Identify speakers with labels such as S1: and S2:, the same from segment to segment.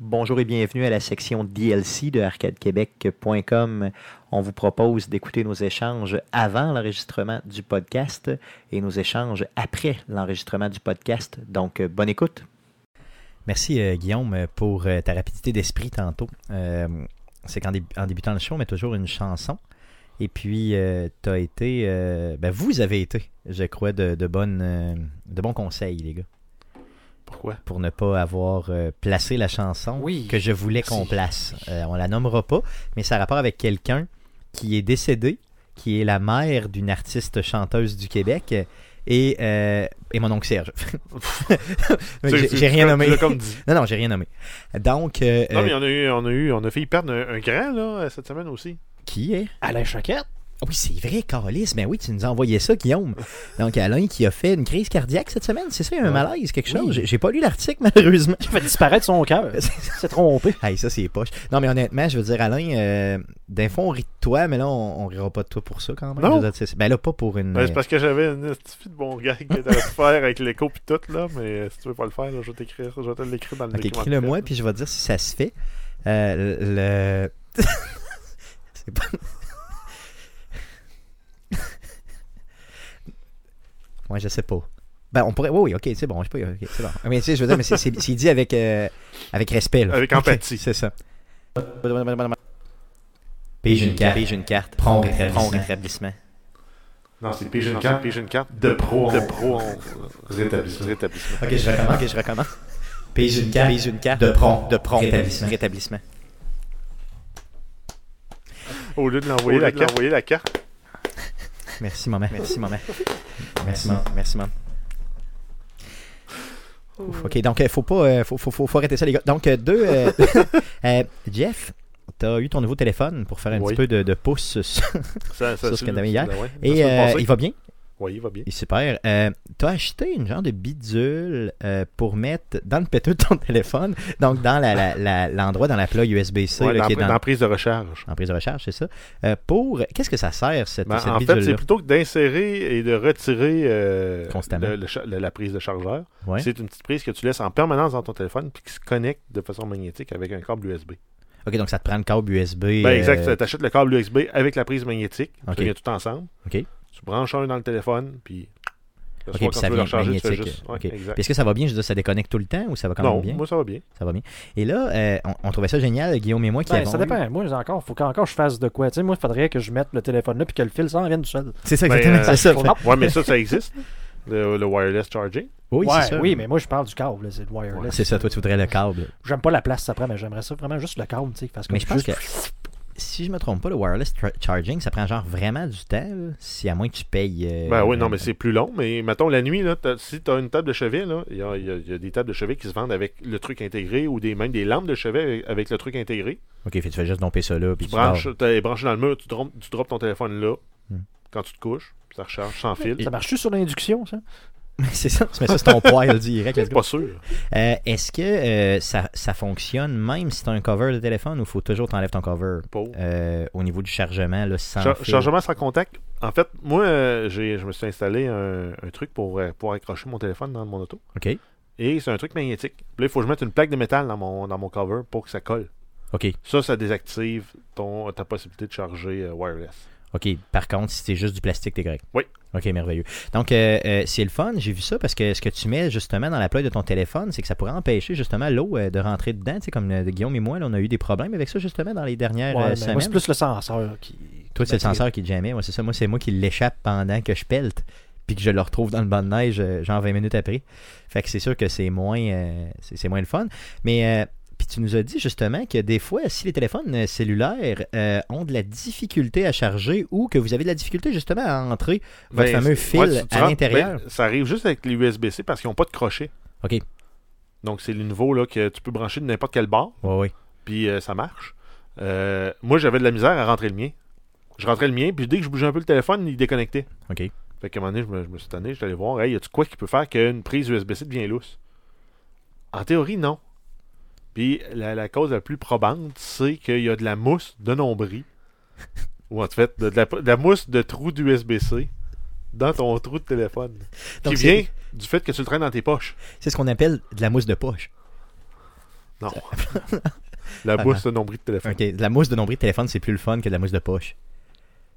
S1: Bonjour et bienvenue à la section DLC de arcadequebec.com. On vous propose d'écouter nos échanges avant l'enregistrement du podcast et nos échanges après l'enregistrement du podcast. Donc, euh, bonne écoute.
S2: Merci euh, Guillaume pour euh, ta rapidité d'esprit tantôt. Euh, c'est qu'en dé- en débutant le show, on met toujours une chanson. Et puis, tu as été, euh, ben, vous avez été, je crois, de, de bonnes, euh, de bons conseils, les gars,
S3: Pourquoi?
S2: pour ne pas avoir euh, placé la chanson
S3: Oui.
S2: que je voulais qu'on
S3: Merci.
S2: place. Euh, on la nommera pas, mais ça a rapport avec quelqu'un qui est décédé, qui est la mère d'une artiste chanteuse du Québec. Et, euh, et mon oncle Serge. j'ai j'ai rien nommé.
S3: Tu l'as comme dit.
S2: Non, non, j'ai rien nommé. Donc, euh,
S3: Non,
S2: euh,
S3: mais on a eu, on a eu, on a failli perdre un, un grand, là, euh, cette semaine aussi.
S2: qui est
S3: Alain Choquette?
S2: Ah Oui, c'est vrai, Carlis. Ben oui, tu nous as envoyé ça, Guillaume. Donc, Alain qui a fait une crise cardiaque cette semaine, c'est ça, un
S4: Ouais.
S2: malaise, quelque chose.
S4: Oui.
S2: J'ai- J'ai pas lu l'article, malheureusement.
S4: Il fait disparaître son cœur. Il s'est trompé.
S2: Hey, ça, c'est poche. Non, mais honnêtement, je veux dire, Alain, euh, d'un fond, on rit de toi, mais là, on, on rira pas de toi pour ça quand même.
S3: Non.
S2: Je veux dire, c'est- ben là, pas pour une.
S3: c'est parce que j'avais une petite de bon gag que t'allais te faire avec l'écho pis tout, là, mais euh, si tu veux pas le faire, là, je vais t'écrire, je vais te l'écrire dans le
S2: Ok,
S3: document.
S2: écris-le
S3: de
S2: moi,
S3: fait.
S2: puis je vais te dire si ça se fait. Euh, le. c'est pas. Moi, je sais pas. Ben, on pourrait. Oui, oui, ok, c'est bon, je peux. ok, c'est bon. Mais tu sais, je veux dire, mais c'est- c'est c'est dit avec, euh, avec respect, là.
S3: Avec
S2: Ok,
S3: empathie.
S2: c'est ça. Pige une carte. Pige une carte. Prends rétablissement.
S3: Non, c'est Pigeon 4, Pigeon 4. De pro. De pro. on- Rétablissement. Rétablissement.
S2: Ok, je recommence. Ok, je recommence. Pige une carte. Pige une carte. De prompt. De prompt. Rétablissement. Rétablissement.
S3: Au lieu de l'envoyer la carte. Envoyer la carte.
S2: Merci, maman. Merci, maman. Merci, maman. Merci, maman. Ouf, ok, donc euh, faut pas, euh, faut, faut, faut, faut arrêter ça les gars. Donc euh, deux, euh, euh, Jeff, t'as eu ton nouveau téléphone pour faire un
S3: Oui.
S2: petit peu de, de pouce. sur- Ça,
S3: Ça,
S2: c'est
S3: le-
S2: qu'on avait hier.
S3: ben ouais, la
S2: Et
S3: semaine
S2: euh,
S3: passée.
S2: il va bien,
S3: Oui, il va bien.
S2: il est super. Euh, t'as acheté une genre de bidule euh, pour mettre dans le péteux de ton téléphone, donc dans la- la- la- l'endroit dans la plat USB-C
S3: Ouais,
S2: là,
S3: dans,
S2: qui est dans,
S3: dans la prise de recharge.
S2: en prise de recharge, c'est ça. Euh, pour qu'est-ce que ça sert cette,
S3: Ben,
S2: cette
S3: en fait,
S2: bidule
S3: c'est plutôt que d'insérer et de retirer euh,
S2: Constamment.
S3: le- le cha- le- la prise de chargeur.
S2: Ouais.
S3: C'est une petite prise que tu laisses en permanence dans ton téléphone puis qui se connecte de façon magnétique avec un câble USB.
S2: Ok, donc ça te prend le câble USB.
S3: Ben, exact,
S2: euh,
S3: tu achètes le câble USB avec la prise magnétique,
S2: Ok.
S3: tu les mets tout ensemble.
S2: Ok.
S3: Tu branches un dans le téléphone puis le
S2: Ok,
S3: soir,
S2: puis
S3: quand
S2: ça
S3: tu veux le
S2: vient
S3: recharger, tu fais
S2: magnétique,
S3: juste. ouais,
S2: ok.
S3: exact.
S2: Puis Est-ce que ça va bien? Je veux dire, ça déconnecte tout le temps ou ça va quand
S3: non,
S2: même bien?
S3: moi ça va bien.
S2: Ça va bien. Et là, euh, on, on trouvait ça génial, Guillaume et moi, qui
S4: Ben,
S2: avons
S4: ça
S2: eu-
S4: dépend. Moi, j'ai encore, faut qu'encore je fasse de quoi. Tu sais, moi, il faudrait que je mette le téléphone là puis que le fil s'en vienne tout seul.
S2: C'est ça,
S3: Ben,
S2: exactement.
S3: euh,
S2: c'est ça.
S4: Faut- non.
S3: Ouais, mais ça, ça existe. Le, le wireless charging.
S2: Oui,
S4: Ouais,
S2: c'est ça.
S4: oui, mais moi, je parle du câble. là, C'est le wireless.
S2: C'est ça, toi, tu voudrais le câble.
S4: J'aime pas la place que ça prend, mais j'aimerais ça vraiment juste le câble. Tu sais, parce que
S2: Mais je pense
S4: juste...
S2: que, si je me trompe pas, le wireless tra- charging, ça prend genre vraiment du temps, là, si à moins que tu payes... euh,
S3: Ben oui, non,
S2: euh,
S3: mais c'est plus long. Mais mettons, la nuit, là, t'as- si tu as une table de chevet, là, il y a, il y a- il y a des tables de chevet qui se vendent avec le truc intégré ou des, même des lampes de chevet avec, avec le truc intégré.
S2: OK, fait, tu fais juste domper ça là, puis
S3: Tu
S2: tu
S3: branches,
S2: pars.
S3: t'es branché dans le mur, tu droppes, tu droppes ton téléphone là
S2: Hmm.
S3: quand tu te couches, ça recharge sans fil.
S4: Ça marche-tu sur l'induction, ça?
S2: c'est ça, tu mets ça sur ton poil direct. let's
S3: C'est
S2: go.
S3: pas sûr.
S2: Euh, Est-ce que euh, ça, ça fonctionne même si tu as un cover de téléphone ou faut toujours t'enlèves ton cover
S3: Pauvre.
S2: euh, au niveau du chargement, là, sans
S3: Char-
S2: fil?
S3: chargement sans contact. En fait, moi, euh, j'ai- je me suis installé un, un truc pour euh, pouvoir accrocher mon téléphone dans mon auto.
S2: OK.
S3: Et c'est un truc magnétique. Puis là, il faut que je mette une plaque de métal dans mon, dans mon cover pour que ça colle.
S2: OK.
S3: Ça, ça désactive ton, ta possibilité de charger euh, wireless.
S2: OK. Par contre, si c'est juste du plastique, t'es correct.
S3: Oui.
S2: OK, merveilleux. Donc, euh, euh, c'est le fun. J'ai vu ça parce que ce que tu mets justement dans la plaie de ton téléphone, c'est que ça pourrait empêcher justement l'eau euh, de rentrer dedans. Tu sais, comme euh, Guillaume et moi, là, on a eu des problèmes avec ça justement dans les dernières
S4: Ouais,
S2: euh,
S4: mais
S2: semaines.
S4: moi, c'est plus le senseur qui.
S2: Toi, c'est le
S4: qui-
S2: senseur qui te jamais. Moi, c'est ça. Moi, c'est moi qui l'échappe pendant que je pelte puis que je le retrouve dans le banc de neige euh, genre 20 minutes après. Fait que c'est sûr que c'est moins, euh, c'est c'est moins le fun. Mais euh, puis tu nous as dit justement que des fois, si les téléphones euh, cellulaires euh, ont de la difficulté à charger ou que vous avez de la difficulté justement à entrer votre
S3: Ben,
S2: fameux
S3: c'est-
S2: fil
S3: ouais, tu- tu
S2: à
S3: rentres-
S2: l'intérieur.
S3: ben, ça arrive juste avec les USB-C parce qu'ils n'ont pas de crochet.
S2: OK.
S3: Donc, c'est le niveau là, que tu peux brancher de n'importe quel bord.
S2: Oui, oui.
S3: puis euh, ça marche. Euh, moi, j'avais de la misère à rentrer le mien. Je rentrais le mien, puis dès que je bougeais un peu le téléphone, il déconnectait.
S2: OK.
S3: Fait qu'à un moment donné, je me, je me suis tanné, j'étais allé voir, hey, y a-tu quoi qui peut faire qu'une prise USB-C devient lousse En théorie, non. Puis la, la cause la plus probante, c'est qu'il y a de la mousse de nombril, ou en fait, de, de la, de la mousse de trou d'USB-C dans ton trou de téléphone,
S2: Donc,
S3: qui
S2: c'est-
S3: vient du fait que tu le traînes dans tes poches.
S2: C'est ce qu'on appelle de la mousse de poche.
S3: Non. la
S2: Ah,
S3: bourse de nombril de téléphone.
S2: Ok, de la mousse de nombril de téléphone, c'est plus le fun que de la mousse de poche.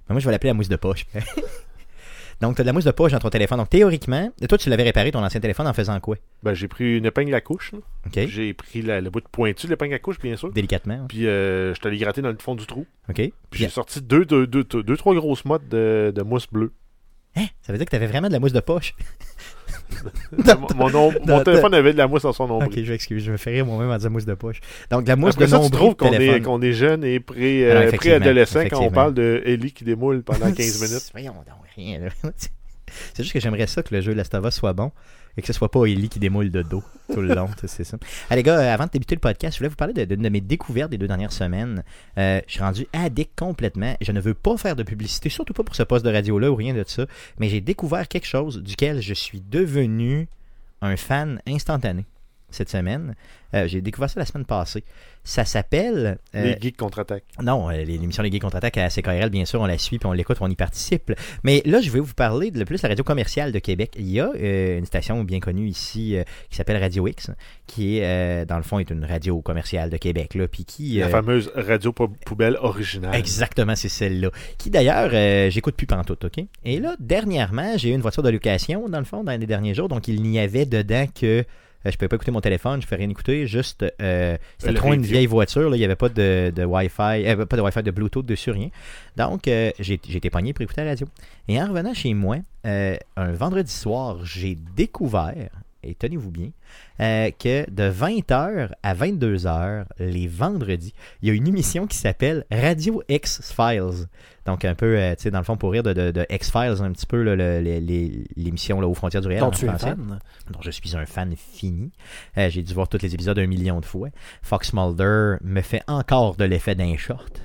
S2: Mais moi, je vais l'appeler la mousse de poche. donc, tu de la mousse de poche dans ton téléphone. Donc, théoriquement, toi, tu l'avais réparé ton ancien téléphone en faisant quoi
S3: Ben, j'ai pris une épingle à couche. là.
S2: Ok
S3: J'ai pris la- le bout de pointu de l'épingle à couche, bien sûr.
S2: Délicatement. hein.
S3: Puis euh, je te l'ai gratté dans le fond du trou.
S2: Ok
S3: Puis j'ai sorti deux, deux, deux, deux, deux, trois grosses mottes de, de mousse bleue.
S2: Hein? Ça veut dire que tu avais vraiment de la mousse de poche.
S3: mon, mon nom- mon
S2: dans-
S3: téléphone avait de la mousse dans son nombril.
S2: ok, je m'excuse. Je me fais rire moi-même en disant mousse de poche. Donc, de la mousse
S3: Après
S2: de
S3: ça, tu
S2: nombril
S3: trouves
S2: de
S3: qu'on est,
S2: téléphone.
S3: qu'on est jeune et pré-
S2: Ah non,
S3: euh,
S2: effectivement,
S3: pré-adolescent quand on
S2: effectivement.
S3: parle de Ellie qui démoule pendant 15 minutes.
S2: Voyons donc, rien. là. C'est juste que j'aimerais ça que le jeu Last of Us soit bon et que ce soit pas Ellie qui démoule de dos tout le long, tu sais, c'est ça. Allez, les gars, euh, avant de débuter le podcast, je voulais vous parler de- de- de mes découvertes des deux dernières semaines. Euh, je suis rendu addict complètement. Je ne veux pas faire de publicité, surtout pas pour ce poste de radio-là ou rien de ça, mais j'ai découvert quelque chose duquel je suis devenu un fan instantané cette semaine. Euh, j'ai découvert ça la semaine passée. Ça s'appelle... euh,
S3: Les geeks contre-attaquent.
S2: non, euh, les- l'émission Les Gays contre-attaque à CKRL, bien sûr, on la suit, puis on l'écoute, on y participe. Mais là, je vais vous parler de le plus la radio commerciale de Québec. Il y a euh, une station bien connue ici euh, qui s'appelle Radio X, qui est, euh, dans le fond, est une radio commerciale de Québec, là, puis qui...
S3: La
S2: euh,
S3: fameuse radio pou- poubelle originale.
S2: Exactement, c'est celle-là. Qui d'ailleurs, euh, j'écoute plus pantoute, OK? Et là, dernièrement, j'ai eu une voiture de location, dans le fond, dans les derniers jours, donc il n'y avait dedans que. euh, je pouvais pas écouter mon téléphone, je ne rien écouter, juste. euh, C'était
S3: Le
S2: trop une
S3: radio.
S2: vieille voiture, là, il n'y avait pas de, de Wi-Fi, euh, pas de Wi-Fi, de Bluetooth dessus, rien. Donc, euh, j'ai j'ai été pogné pour écouter la radio. Et en revenant chez moi, euh, un vendredi soir, j'ai découvert, et tenez-vous bien, euh, que de 20h à 22h, les vendredis, il y a une émission qui s'appelle Radio X-Files. Donc, un peu, euh, tu sais, dans le fond, pour rire de, de- de X-Files, un petit peu là, le- le- les- l'émission là, aux frontières du réel.
S4: Dont
S2: en
S4: tu es
S2: français
S4: fan.
S2: dont je suis un fan fini. Euh, J'ai dû voir tous les épisodes un million de fois. Fox Mulder me fait encore de l'effet d'un short.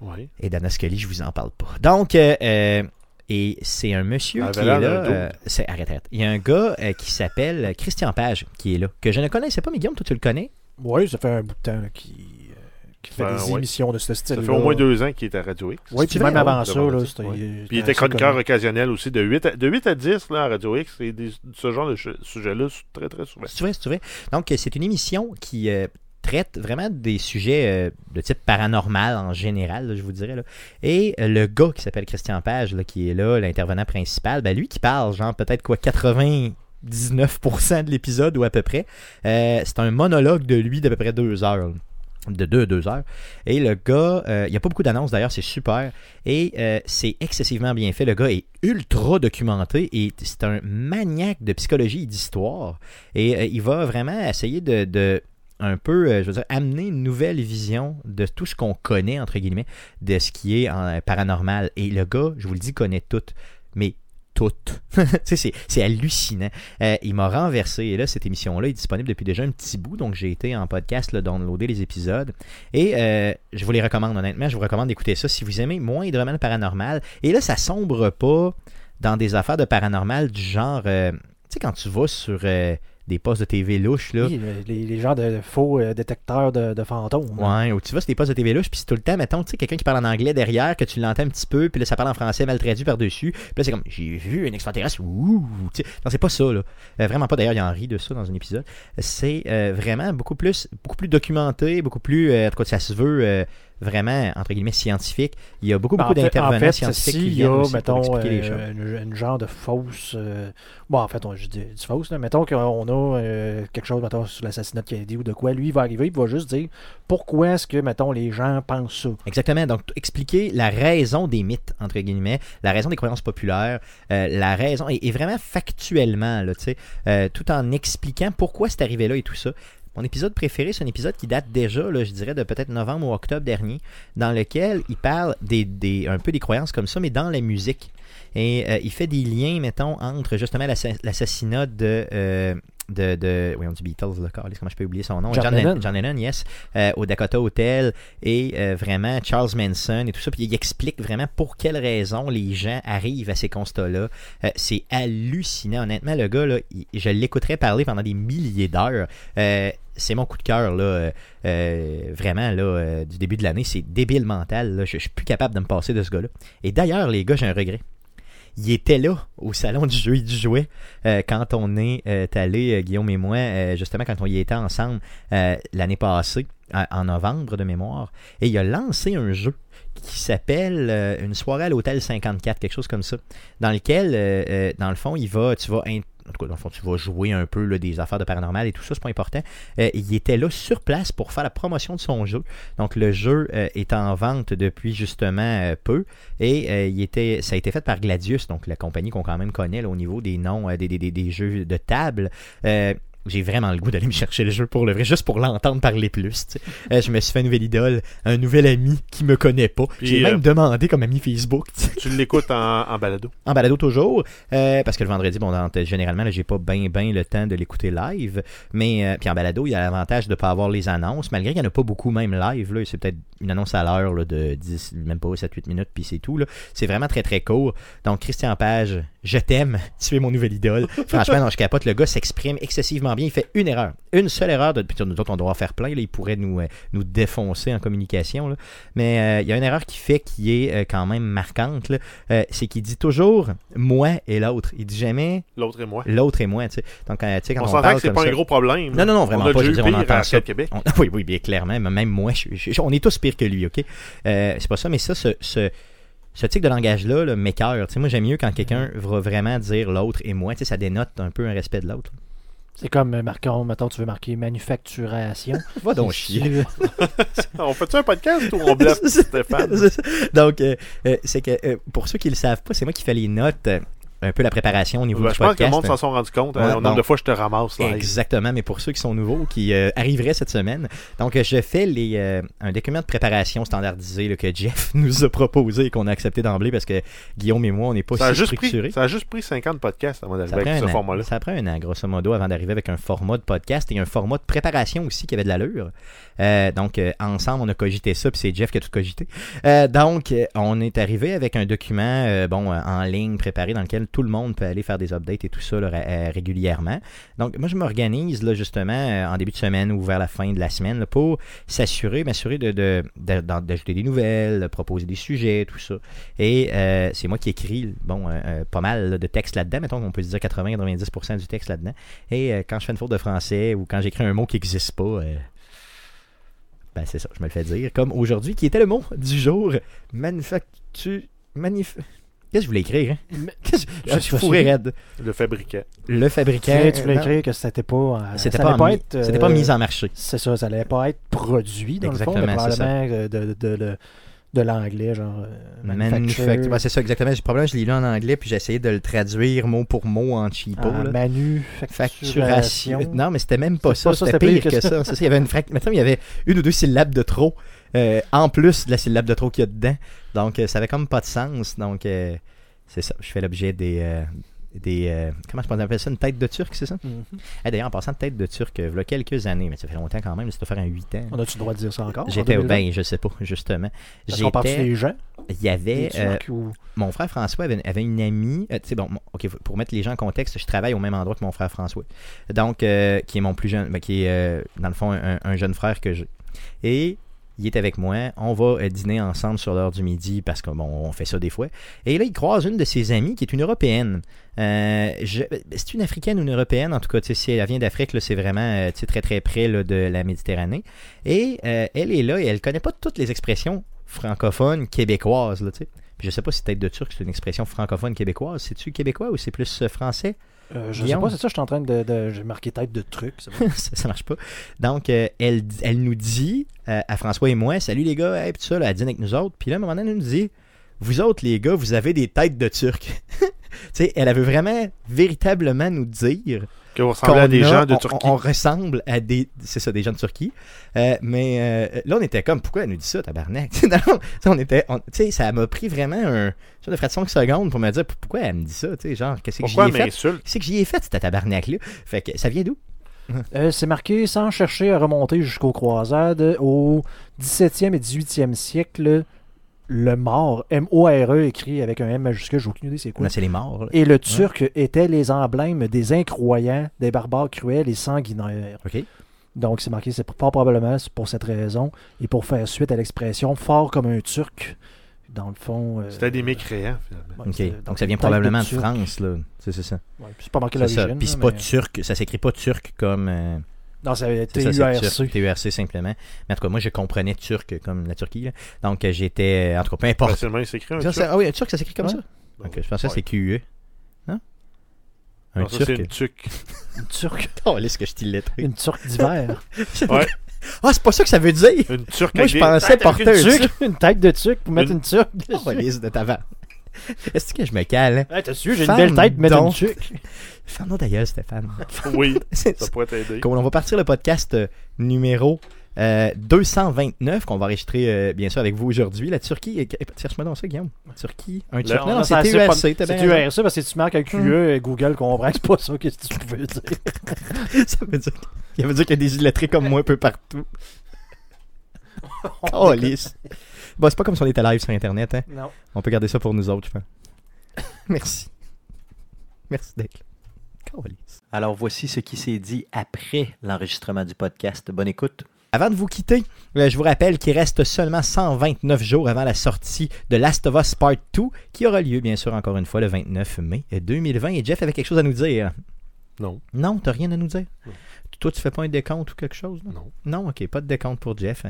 S3: Oui.
S2: Et Dana Scully, je vous en parle pas. Donc, euh, euh, et c'est un monsieur
S3: Elle
S2: qui est
S3: avait
S2: là.
S3: l'air d'un
S2: euh, c'est, arrête, arrête. Il y a un gars euh, qui s'appelle Christian Page qui est là, que je ne connaissais pas, mais Guillaume, toi tu le connais.
S4: Oui, ça fait un bout de temps là, qu'il euh, qu'il fait
S3: Ben,
S4: des
S3: ouais.
S4: émissions de ce style-là.
S3: Ça fait au moins deux ans qu'il est à Radio X.
S4: Oui,
S2: C'est
S4: puis même
S2: vrai,
S4: avant
S3: ouais,
S4: ça,
S3: devant
S4: là,
S3: le
S4: c'était.
S3: titre, ouais.
S4: euh,
S3: Puis
S2: Ah,
S3: il
S4: c'était
S3: était
S4: assez
S3: chroniqueur
S4: connu.
S3: occasionnel aussi de 8 à, de 8 à 10 là, à Radio X. Et des- ce genre de ch- sujet-là, très très souvent.
S2: C'est vrai, c'est vrai. Donc, euh, c'est une émission qui euh, traite vraiment des sujets euh, de type paranormal en général, là, je vous dirais. là. Et euh, le gars qui s'appelle Christian Page, là, qui est là, l'intervenant principal, ben, lui qui parle, genre peut-être quoi, 99% de l'épisode ou à peu près. Euh, c'est un monologue de lui d'à peu près deux heures. là. De deux, deux heures. Et le gars, euh, il n'y a pas beaucoup d'annonces d'ailleurs, c'est super. Et euh, c'est excessivement bien fait. Le gars est ultra documenté et c'est un maniaque de psychologie et d'histoire. Et euh, il va vraiment essayer de, de un peu, euh, je veux dire, amener une nouvelle vision de tout ce qu'on connaît, entre guillemets, de ce qui est en, euh, paranormal. Et le gars, je vous le dis, connaît tout. Mais tout. Tu sais, c'est- c'est hallucinant. Euh, il m'a renversé. Et là, cette émission-là est disponible depuis déjà un petit bout. Donc, j'ai été en podcast, là, downloader les épisodes. Et euh, je vous les recommande, honnêtement. Je vous recommande d'écouter ça si vous aimez moindrement le paranormal. Et là, ça sombre pas dans des affaires de paranormal du genre... euh, tu sais, quand tu vas sur... euh, des postes de TV louches, là.
S4: Oui, mais les, les gens de faux euh, détecteurs de, de fantômes.
S2: Ouais, ou tu vas sur des postes de TV louches, puis c'est tout le temps, mettons, tu sais, quelqu'un qui parle en anglais derrière, que tu l'entends un petit peu, puis là, ça parle en français mal traduit par-dessus. Puis là, c'est comme, j'ai vu un extraterrestre, ouh, tu sais. Non, c'est pas ça, là. Euh, vraiment pas, d'ailleurs, il y en rit de ça dans un épisode. C'est euh, vraiment beaucoup plus, beaucoup plus documenté, beaucoup plus, euh, en tout cas, ça se veut euh, vraiment, entre guillemets, scientifique. Il y a beaucoup,
S4: Ben,
S2: beaucoup
S4: en fait,
S2: d'intervenants
S4: en fait,
S2: scientifiques
S4: s'il
S2: qui
S4: y
S2: viennent
S4: a,
S2: aussi pour
S4: mettons,
S2: expliquer les choses.
S4: euh, une, une genre de fausse. euh, bon, en fait, on, je dis, je dis fausse, là. Mettons qu'on a euh, quelque chose, mettons, sur l'assassinat de Kennedy ou de quoi. Lui, il va arriver, il va juste dire pourquoi est-ce que, mettons, les gens pensent ça.
S2: Exactement. Donc, t- expliquer la raison des mythes, entre guillemets, la raison des croyances populaires, euh, la raison, et, et vraiment factuellement, là, tu sais, euh, tout en expliquant pourquoi c'est arrivé là et tout ça. Mon épisode préféré, c'est un épisode qui date déjà, là, je dirais, de peut-être novembre ou octobre dernier, dans lequel il parle des, des- un peu des croyances comme ça, mais dans la musique. Et euh, il fait des liens, mettons, entre justement l'assa- l'assassinat de, euh, de, de. Oui, on dit Beatles, là, câlisse, comment je peux oublier son nom
S4: John
S2: Lenn-
S4: Lennon.
S2: John Lennon, yes. euh, au Dakota Hotel et euh, vraiment Charles Manson et tout ça. Puis il explique vraiment pour quelles raisons les gens arrivent à ces constats-là. Euh, c'est hallucinant. Honnêtement, le gars, là, il- je l'écouterais parler pendant des milliers d'heures. Euh, c'est mon coup de cœur, là. euh, euh, vraiment, là, euh, du début de l'année. C'est débile mental. là. Je, je suis plus capable de me passer de ce gars-là. Et d'ailleurs, les gars, j'ai un regret. il était là au salon du jeu et du jouet euh, quand on est euh, allé, euh, Guillaume et moi, euh, justement quand on y était ensemble euh, l'année passée, en- en novembre de mémoire, et il a lancé un jeu qui s'appelle euh, Une soirée à l'hôtel 54, quelque chose comme ça, dans lequel, euh, euh, dans le fond, il va, tu vas, in- en tout cas, dans le fond, tu vas jouer un peu là, des affaires de paranormal et tout ça, c'est pas important. Euh, il était là sur place pour faire la promotion de son jeu. Donc le jeu euh, est en vente depuis justement euh, peu et euh, il était, ça a été fait par Gladius, donc la compagnie qu'on quand même connaît là, au niveau des noms euh, des, des- des- des jeux de table. Euh, j'ai vraiment le goût d'aller me chercher le jeu pour le vrai, juste pour l'entendre parler plus. tu sais. Euh, je me suis fait une nouvelle idole, un nouvel ami qui me connaît pas.
S3: Puis,
S2: J'ai
S3: euh,
S2: même demandé comme ami Facebook. tu sais
S3: Tu l'écoutes en, en balado.
S2: en balado toujours, euh, parce que le vendredi, bon, dans- généralement, là, j'ai pas bien ben le temps de l'écouter live, mais euh, puis en balado, il y a l'avantage de pas avoir les annonces, malgré qu'il n'y en a pas beaucoup même live, là, c'est peut-être une annonce à l'heure là, de 10, même pas 7-8 minutes, puis c'est tout, là. c'est vraiment très très court, donc Christian Page, je t'aime, tu es mon nouvel idole, franchement, non, je capote, le gars s'exprime excessivement bien, il fait une erreur, une seule erreur, de, puis nous autres, on doit en faire plein, là, il pourrait nous, euh, nous défoncer en communication, là. mais euh, il y a une erreur qui fait qui est euh, quand même marquante, là. Euh, c'est qu'il dit toujours moi et l'autre. Il dit jamais
S3: L'autre et moi.
S2: l'autre et moi. tu sais. Donc, euh, tu sais, quand
S3: on
S2: on,
S3: s'entend
S2: parle
S3: que c'est
S2: comme
S3: pas
S2: ça-
S3: un gros problème.
S2: Non, non, non, vraiment
S3: on a
S2: pas. Je
S3: déjà
S2: veux dire,
S3: eu
S2: on
S3: pire
S2: entend
S3: à
S2: ça.
S3: Québec.
S2: On- oui, oui, bien clairement. mais Même moi, je- je- on est tous pires que lui, OK? Euh, c'est pas ça, mais ça, ce, ce, ce type de langage-là là, m'écœure. Tu sais, Moi, j'aime mieux quand quelqu'un
S3: Mm-hmm.
S2: va vraiment dire l'autre et moi. Tu sais, Ça dénote un peu un respect de l'autre.
S4: C'est comme, euh, marquons, mettons, tu veux marquer manufacturation.
S2: Va donc
S4: Si-
S2: chier.
S3: On fait-tu un podcast ou on bluffe
S2: C'est ça.
S3: Stéphane?
S2: C'est ça. Donc, euh, euh, c'est que euh, pour ceux qui le savent pas, c'est moi qui fais les notes, euh, un peu la préparation au niveau
S3: Ben,
S2: du
S3: je pense
S2: podcast.
S3: que le monde s'en sont rendu compte. hein,
S2: Ouais,
S3: au nombre
S2: bon.
S3: de fois, je te ramasse. Là,
S2: Exactement, mais pour ceux qui sont nouveaux, qui euh, arriveraient cette semaine. Donc, euh, je fais les, euh, un document de préparation standardisé là, que Jeff nous a proposé et qu'on a accepté d'emblée parce que Guillaume et moi, on n'est pas
S3: ça, a
S2: si
S3: juste pris,
S2: structurés.
S3: ça a juste pris 50 podcasts avant
S2: Ça
S3: d'arriver
S2: prend,
S3: avec ce
S2: un an,
S3: format-là.
S2: ça prend un an, grosso modo, avant d'arriver avec un format de podcast et un format de préparation aussi qui avait de l'allure. Euh, donc, euh, ensemble, on a cogité ça, puis c'est Jeff qui a tout cogité. Euh, donc, euh, on est arrivé avec un document euh, bon, euh, en ligne préparé dans lequel tout le monde peut aller faire des updates et tout ça là, ré- euh, régulièrement. Donc, moi, je m'organise là, justement euh, en début de semaine ou vers la fin de la semaine là, pour s'assurer, m'assurer de, de- de- d'en- d'ajouter des nouvelles, de proposer des sujets, tout ça. Et euh, c'est moi qui écris bon, euh, euh, pas mal là, de texte là-dedans. Mettons qu'on peut se dire 80-90% du texte là-dedans. Et euh, quand je fais une faute de français ou quand j'écris un mot qui n'existe pas, euh, ben c'est ça, je me le fais dire. Comme aujourd'hui, qui était le mot du jour Manufactu. Manif... Qu'est-ce que je voulais écrire hein? Qu'est-ce que-
S4: Je sais
S2: Je suis
S4: pas
S2: fourré
S4: sûr.
S2: raide.
S3: Le fabricant.
S2: Le fabricant.
S4: Tiens, Ah, tu voulais
S2: non,
S4: écrire que c'était pas. euh,
S2: C'était
S4: ça
S2: pas,
S4: allait
S2: en mi-
S4: être, euh,
S2: c'était pas mis en marché.
S4: C'est ça, ça allait pas être produit dans le fond, mais
S2: Exactement, c'est ça.
S4: probablement euh, de, de, de- de l'anglais, genre. euh,
S2: Manufacture. Ben, c'est ça, exactement. J'ai problème, je l'ai lu en anglais, puis j'ai essayé de le traduire mot pour mot en cheapo.
S4: Ah,
S2: là.
S4: manufacturation.
S2: Facturation. Non, mais c'était même pas
S4: C'est
S2: ça.
S4: pas ça,
S2: C'était pire que, ça. C'est ça, Il y avait une frac- Mettons, il y avait une ou deux syllabes de trop euh, en plus de la syllabe de trop qu'il y a dedans. Donc, euh, ça avait comme pas de sens. Donc, euh, c'est ça. Je fais l'objet des. euh, des euh, comment je appelle ça Une tête de turc, c'est ça
S4: Mhm.
S2: Eh, D'ailleurs, en passant de tête de turc, euh, il y a quelques années, mais ça fait longtemps quand même, ça doit faire un 8 ans.
S4: On a-tu le droit de dire ça encore? en
S2: J'étais au
S4: 2020?
S2: bain, je sais pas, justement.
S4: Parce qu'on parle
S2: J'étais.
S4: des gens,
S2: Il y
S4: des
S2: avait. euh,
S4: Turcs ou-
S2: mon frère François avait, avait une amie. euh, tu sais, bon, mon- ok, pour mettre les gens en contexte, je travaille au même endroit que mon frère François. Donc, euh, qui est mon plus jeune, ben, qui est euh, dans le fond un, un jeune frère que j'ai. Et il est avec moi. On va euh, dîner ensemble sur l'heure du midi parce que bon, on fait ça des fois. Et là, il croise une de ses amies qui est une européenne. Euh, je- c'est une africaine ou une européenne, en tout cas, tu sais, si elle vient d'Afrique, là, c'est vraiment euh, tu sais, très très près là, de la Méditerranée. Et euh, elle est là et elle connaît pas toutes les expressions francophones québécoises. Là, tu sais. Puis je sais pas si tête de turc, c'est une expression francophone québécoise. C'est-tu québécois ou c'est plus euh, français?
S4: Euh, je sais
S2: Guillaume.
S4: pas, c'est ça, je suis en train de. de- J'ai marqué tête de trucs. c'est bon.
S2: ça, ça marche pas. Donc, euh, elle, elle nous dit euh, à François et moi Salut les gars, hey, puis tout ça, là, elle dîne avec nous autres. Puis là, à un moment donné, elle nous dit Vous autres, les gars, vous avez des têtes de Turcs. tu sais, elle veut vraiment, véritablement nous dire
S3: Que vous ressemblez à
S2: qu'on
S3: des
S2: a-
S3: gens de
S2: on-
S3: Turquie.
S2: On, on ressemble à des. C'est ça, des gens de Turquie. Euh, mais euh, là, on était comme, pourquoi elle nous dit ça, tabarnak? Non, non, tu sais, on était. on- tu sais, ça m'a pris vraiment un. genre de fraction de seconde pour me dire, pourquoi elle me dit ça? Tu sais, genre, qu'est-ce que j'y
S3: Pourquoi
S2: ai
S3: elle
S2: fait?
S3: m'insulte?
S2: Qu'est-ce que j'y ai fait, cette tabarnak-là? Fait que ça vient d'où?
S4: Euh, c'est marqué sans chercher à remonter jusqu'aux croisades au 17e et 18e siècle. Le mort, M-O-R-E, E, écrit avec un M majuscule, j'ai aucune idée c'est quoi.
S2: Non, C'est les morts, là.
S4: Et le turc était les emblèmes des incroyants, des barbares cruels et sanguinaires.
S2: OK.
S4: Donc c'est marqué, c'est fort probablement pour cette raison et pour faire suite à l'expression fort comme un turc Dans le fond. euh,
S3: C'était des mécréants, finalement.
S4: ouais,
S2: OK.
S4: c'était-
S2: Donc, ça vient
S4: une tête
S2: probablement de
S4: Turc.
S2: France, là. C'est c'est ça.
S4: Ouais, puis c'est pas marqué
S2: C'est ça.
S4: l'origine.
S2: Puis c'est
S4: là,
S2: pas
S4: mais-
S2: turc, ça s'écrit pas turc comme. euh,
S4: Non, ça avait été
S2: C'est ça, c'est
S4: URC.
S2: turc, TURC simplement. Mais en tout cas, moi, je comprenais turc comme la Turquie. là. Donc, euh, j'étais. En tout cas, peu importe.
S3: Facilement, il s'écrit un
S2: Ça,
S3: turc.
S2: ça- ah oui, un turc, ça s'écrit comme
S4: Ouais.
S2: ça. Hein?
S3: Bon,
S2: Ok, je pensais que
S3: ouais.
S2: c'était QUE. Non? E. Un
S3: Non, ça,
S2: turc.
S3: c'est une tuque.
S4: Une turque.
S2: Oh, laisse que je t'illettrais.
S4: Une turque d'hiver.
S3: Ouais.
S2: Ah, c'est pas ça que ça veut dire!
S3: Une turque
S2: Moi,
S3: avec
S2: je
S3: des-
S2: pensais
S3: avec
S2: porter
S3: une
S2: un
S3: tuque.
S2: turc.
S4: une tête de turc pour mettre
S3: Une-
S4: une, turque.
S2: Oh, lisse de ta vanne. Est-ce que je me cale? hein?
S4: Hey, t'as su, j'ai une
S2: Femme
S4: belle tête pour mettre une
S2: donc.
S4: turque.
S2: Ferme-nous d'ailleurs, Stéphane.
S3: Oui,
S2: C'est
S3: ça pourrait t'aider.
S2: Cool, on va partir le podcast euh, numéro euh, 229 qu'on va enregistrer euh, bien sûr avec vous aujourd'hui. La Turquie, est- eh, cherche-moi dans ça, Guillaume. Turquie, un Turc. Non, non, c'est
S4: pas-
S2: TURC, t'as
S4: C'est
S2: bien raison. Hum.
S4: URC parce que si tu marques un QE, euh, Google comprend que c'est pas ça. Qu'est-ce que tu veux dire?
S2: Ça veut dire, que- ça veut dire qu'il y a des illettrés comme moi un peu partout. Oh, lisse. Bon, c'est pas comme si on était live sur Internet, hein.
S4: Non.
S2: On peut garder ça pour nous autres, je pense. Merci. Merci d'être là. Calisse.
S1: Alors voici ce qui s'est dit après l'enregistrement du podcast. Bonne écoute.
S2: Avant de vous quitter, euh, je vous rappelle qu'il reste seulement 129 jours avant la sortie de Last of Us Part 2, qui aura lieu, bien sûr, encore une fois, le 29 mai 2020. Et Jeff avait quelque chose à nous dire.
S3: Non,
S2: Non, t'as rien à nous dire?
S3: Non.
S2: Toi, tu fais pas un décompte ou quelque chose? là?
S3: non.
S2: Non, ok, pas de décompte pour Jeff.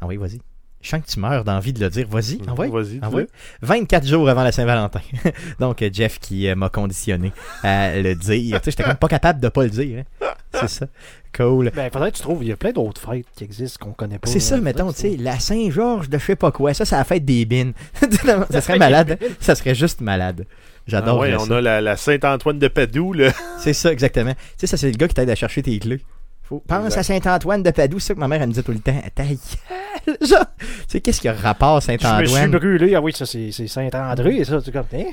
S2: Ah oui, vas-y. Je sens que tu meurs d'envie de le dire. Vas-y, envoie.
S3: Vas-y,
S2: Ah
S3: dis-le.
S2: oui? 24 jours avant la Saint-Valentin. Donc, euh, Jeff qui euh, m'a conditionné à le dire. Tu sais, j'étais comme pas capable de pas le dire. hein. C'est ça. Cool.
S4: Ben, faudrait que tu trouves, il y a plein d'autres fêtes qui existent qu'on connaît pas.
S2: C'est ça,
S4: Euh,
S2: mettons, tu
S4: c'est-
S2: sais, la Saint-Georges de je sais pas quoi. Ça, c'est la fête des bines. ça serait malade. hein. Ça serait juste malade. J'adore
S3: Ah ouais,
S2: ça.
S3: on a la, la Saint-Antoine de Padoue, là.
S2: C'est ça, exactement. Tu sais, ça, c'est le gars qui t'aide à chercher tes clés. Faut... Pense
S3: Exact.
S2: à Saint-Antoine de Padoue, c'est ça que ma mère, elle me disait tout le temps. Ta gueule! Genre, tu sais, qu'est-ce qu'il y a rapport
S4: Je me suis
S2: Saint-Antoine?
S4: brûlé. Ah oui, ça, c'est c'est Saint-André. Ça, tu es comme, hein?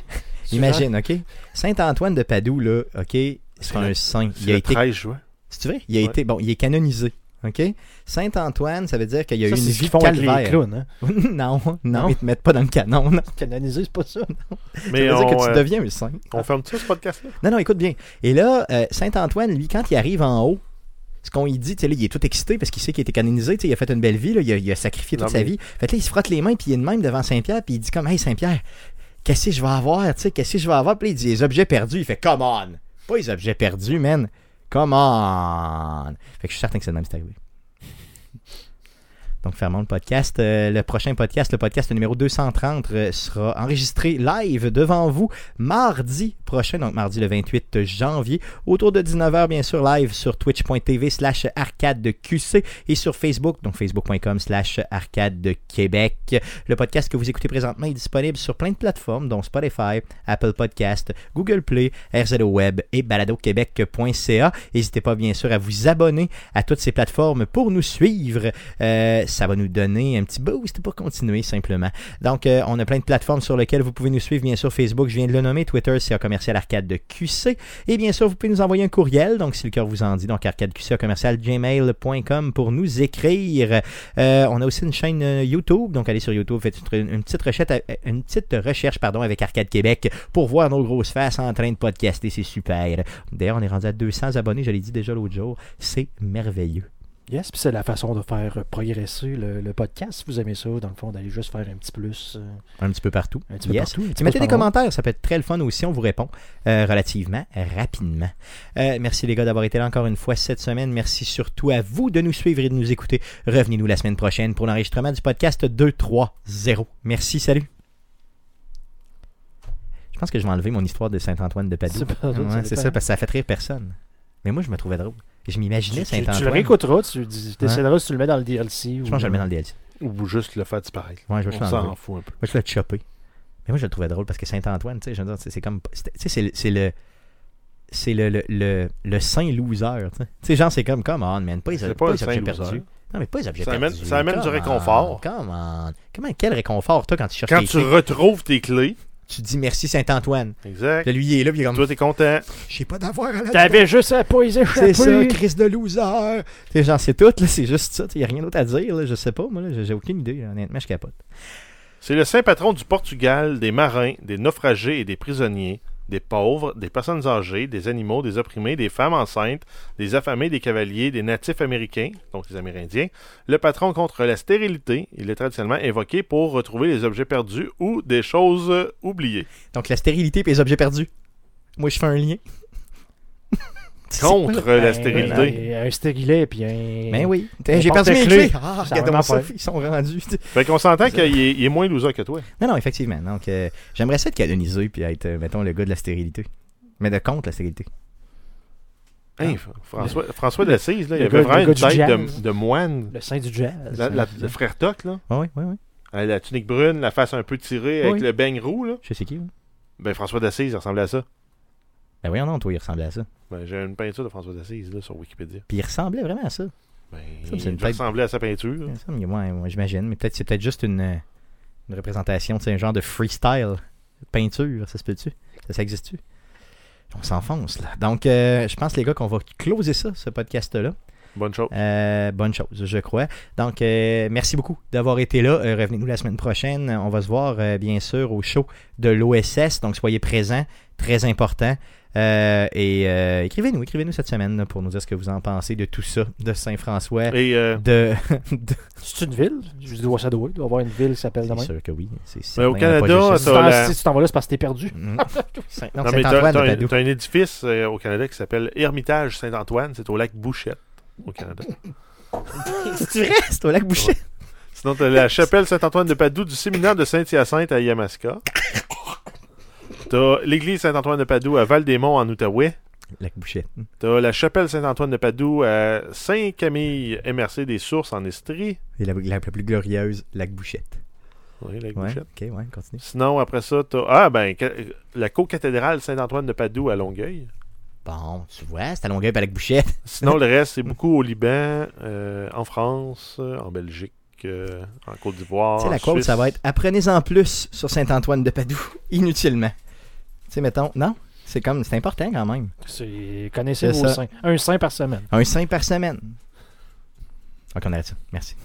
S2: Imagine, OK? Saint-Antoine de Padoue, là, OK, c'est un
S3: le-
S2: saint.
S3: C'est
S2: Il a
S3: le
S2: été
S3: 13 juin.
S2: C'est vrai? Il a
S3: Ouais.
S2: été, bon, il est canonisé. OK? Saint-Antoine, ça veut dire qu'il y a eu
S4: Ça,
S2: une
S4: c'est ce
S2: vie
S4: qu'ils
S2: de
S4: font avec les
S2: calvaire.
S4: clowns. Hein?
S2: non, non,
S4: mais-
S2: ils te mettent pas dans le canon. non.
S4: Canoniser, c'est pas ça.
S3: Mais
S2: ça veut
S3: on,
S2: dire que tu
S3: euh,
S2: deviens un saint.
S3: on ferme ça, ce podcast-là?
S2: Non, non, écoute bien. Et là, euh, Saint-Antoine, lui, quand il arrive en haut, ce qu'on lui dit, tu sais, là, il est tout excité parce qu'il sait qu'il a été canonisé, tu sais, il a fait une belle vie, là, il, a, il a sacrifié
S3: Non,
S2: toute sa
S3: mais-
S2: vie. Fait que là, il se frotte les mains, puis il est de même devant Saint-Pierre, puis il dit comme, hey Saint-Pierre, qu'est-ce que je vais avoir, tu sais, qu'est-ce que je vais avoir? Puis là, il dit, les objets perdus, il fait, come on! Pas les objets perdus, man! Come on! Fait que je suis certain que c'est le même, c'est arrivé. Donc, fermons le podcast. Euh, le prochain podcast, le podcast numéro 230, euh, sera enregistré live devant vous mardi prochain, donc mardi le 28 janvier, autour de 19h, bien sûr, live sur twitch.tv slash arcadeqc et sur Facebook, donc facebook.com slash arcadequebec. Le podcast que vous écoutez présentement est disponible sur plein de plateformes, dont Spotify, Apple Podcast, Google Play, RZO Web et baladoquebec.ca. N'hésitez pas, bien sûr, à vous abonner à toutes ces plateformes pour nous suivre. Euh, ça va nous donner un petit boost pour continuer simplement. Donc, euh, on a plein de plateformes sur lesquelles vous pouvez nous suivre. Bien sûr, Facebook, je viens de le nommer. Twitter, c'est un commercial arcade de QC. Et bien sûr, vous pouvez nous envoyer un courriel. Donc, si le cœur vous en dit, donc arcadeqc commercial gmail.com pour nous écrire. Euh, on a aussi une chaîne euh, YouTube. Donc, allez sur YouTube, faites une, une petite, recherche, une petite recherche pardon, avec Arcade Québec pour voir nos grosses faces en train de podcaster. C'est super. D'ailleurs, on est rendu à 200 abonnés. Je l'ai dit déjà l'autre jour. C'est merveilleux.
S4: Yes, puis c'est la façon de faire progresser le, le podcast. Si vous aimez ça, dans le fond, d'aller juste faire un petit plus. euh,
S2: Un petit peu partout.
S4: Un petit peu
S2: Yes.
S4: partout. un petit
S2: Tu
S4: peu
S2: mettez des
S4: par là.
S2: commentaires, ça peut être très le fun aussi, on vous répond euh, relativement rapidement. Euh, merci les gars d'avoir été là encore une fois cette semaine. Merci surtout à vous de nous suivre et de nous écouter. Revenez-nous la semaine prochaine pour l'enregistrement du podcast 230. Merci, salut. Je pense que je vais enlever mon histoire de Saint-Antoine de Padoue.
S4: C'est pas drôle,
S2: Ouais,
S4: ça
S2: c'est
S4: dépend.
S2: ça, parce que ça fait rire personne. Mais moi, je me trouvais drôle. Je m'imaginais
S4: Tu, tu le
S2: Saint-Antoine.
S4: réécouteras, tu dis- décideras si tu le mets dans le DLC.
S2: Je pense que je le mets dans le DLC.
S3: Ou juste le faire disparaître?
S2: Ouais, je vais
S3: on
S2: juste l'enlever.
S3: s'en fout un peu.
S2: Moi, je l'ai chopé. Mais moi, je le trouvais drôle parce que Saint-Antoine, tu sais, je veux dire, c'est c'est comme. c'était- Tu sais, c'est le- c'est le. C'est le, le, le, le saint loser, tu sais. Tu sais, genre, c'est comme, come on, man, pas les,
S3: C'est
S2: pas
S3: pas un
S2: les objets
S3: saint
S2: perdus.
S3: loser.
S2: Non, mais pas les objets
S3: Ça
S2: perdus.
S3: amène- ça amène du
S2: Come on,
S3: réconfort.
S2: Come on. Comment, quel réconfort, toi, quand tu cherches
S3: Quand
S2: tes
S3: tu
S2: clés,
S3: retrouves tes clés,
S2: tu dis merci Saint-Antoine.
S3: exact,
S2: Puis Là, lui, il est là, puis il est comme,
S3: toi, t'es content.
S2: je sais pas d'avoir à la
S4: T'avais juste à pas les
S2: C'est
S4: échapper.
S2: ça, crise de loser. Tu sais, genre, c'est tout, là, c'est juste ça. Il n'y a rien d'autre à dire, là, je sais pas, moi, là, j'ai j'ai aucune idée, là, honnêtement, je capote.
S3: C'est le saint patron du Portugal, des marins, des naufragés et des prisonniers. des pauvres, des personnes âgées, des animaux, des opprimés, des femmes enceintes, des affamés, des cavaliers, des natifs américains, donc les Amérindiens. Le patron contre la stérilité, il est traditionnellement invoqué pour retrouver les objets perdus ou des choses euh, oubliées.
S2: Donc la stérilité et les objets perdus. Moi, je fais un lien. C'est
S3: Contre
S2: quoi?
S3: la
S4: Ben,
S3: stérilité.
S4: Un stérilet, puis un.
S2: Ben oui.
S4: On
S2: J'ai
S4: porte
S2: perdu
S4: la
S2: mes
S4: clé.
S2: clés. Ah,
S4: Ça
S2: regarde-moi
S4: va
S2: ça.
S4: faire.
S2: Ils sont rendus.
S3: Fait qu'on s'entend qu'il est, il est moins loser que toi.
S2: Non, non, effectivement. Donc, euh, j'aimerais ça être canonisé puis être, euh, mettons, le gars de la stérilité. Mais de contre la stérilité.
S3: Hey, F- Hein, François, François d'Assise, là, il
S4: Ah. le
S3: avait
S4: gars-
S3: vraiment
S4: le
S3: une
S4: gars du
S3: tête de,
S4: jazz.
S3: de moine.
S4: Le sein du jazz.
S3: La, la- le frère Toc, là.
S2: Oui, oui, oui.
S3: Euh, La tunique brune, la face un peu tirée avec
S2: Oui.
S3: le beigne roux, là.
S2: Je sais qui. oui.
S3: Ben, François d'Assise, il ressemblait à ça.
S2: Ben voyons non, toi, il ressemblait à ça.
S3: Ben, j'ai une peinture de François d'Assise, là, sur Wikipédia.
S2: Puis il ressemblait vraiment à ça.
S3: Ben,
S2: Ça, c'est
S3: il
S2: une tête-
S3: ressemblait à sa peinture.
S4: Mm.
S2: Ça, mais moi, moi, j'imagine. Mais peut-être c'est peut-être juste une, euh, une représentation, tu sais, un genre de freestyle. Peinture, ça se peut-tu? Ça, ça existe-tu? On s'enfonce là. Donc, euh, je pense, les gars, qu'on va closer ça, ce podcast-là.
S3: Bonne chose.
S2: Euh, bonne chose, je crois. Donc, euh, merci beaucoup d'avoir été là. Euh, Revenez-nous la semaine prochaine. On va se voir, euh, bien sûr, au show de l'OSS. Donc, soyez présents, très important. Euh, et euh, écrivez-nous, écrivez-nous cette semaine là, pour nous dire ce que vous en pensez de tout ça, de Saint-François,
S3: Et euh,
S2: de... de-
S4: C'est une ville. Je dois ça doit. Il doit y avoir une ville qui s'appelle
S2: C'est
S4: demain.
S2: sûr que oui. c'est
S3: Mais au
S2: certain, on a pas
S3: Canada,
S2: juste-
S4: Si tu
S3: Ça,
S4: t'en-
S3: la-
S4: Si tu t'en vas là, c'est parce que t'es perdu.
S2: Mm. Saint- non,
S3: non, mais t'as,
S2: Saint-Antoine,
S3: t'as un,
S2: Badou.
S3: t'as un édifice euh, au Canada qui s'appelle Ermitage Saint-Antoine. C'est au lac Bouchette, au Canada.
S2: tu restes au lac Boucher.
S3: Sinon, t'as la chapelle Saint-Antoine de Padoue du séminaire de Saint-Hyacinthe à Yamaska. T'as l'église Saint-Antoine de Padoue à Val-des-Monts en Outaouais.
S2: Lac Boucher.
S3: T'as la chapelle Saint-Antoine de Padoue à Saint-Camille MRC des Sources en Estrie.
S2: Et la, la plus glorieuse, Lac Bouchette.
S3: Oui, lac
S2: Ouais,
S3: Bouchette.
S2: ok, ouais, continue.
S3: Sinon, après ça, t'as. Ah, ben, ca- la co-cathédrale Saint-Antoine de Padoue à Longueuil.
S2: Bon, tu vois, c'est à Longueuil, pas Lac Bouchette.
S3: Sinon, le reste, c'est beaucoup au Liban, euh, en France, euh, en Belgique, euh, en Côte d'Ivoire.
S2: Tu sais, la
S3: en
S2: quote,
S3: Ah, Suisse.
S2: ça va être Apprenez-en plus sur Saint-Antoine de Padoue, inutilement. Tu sais, mettons, non C'est comme, c'est important quand même.
S4: C'est- Connaissez
S2: C'est
S4: vos
S2: ça.
S4: saints. Un saint par semaine.
S2: Un saint par semaine. Ok, on arrête ça. Merci.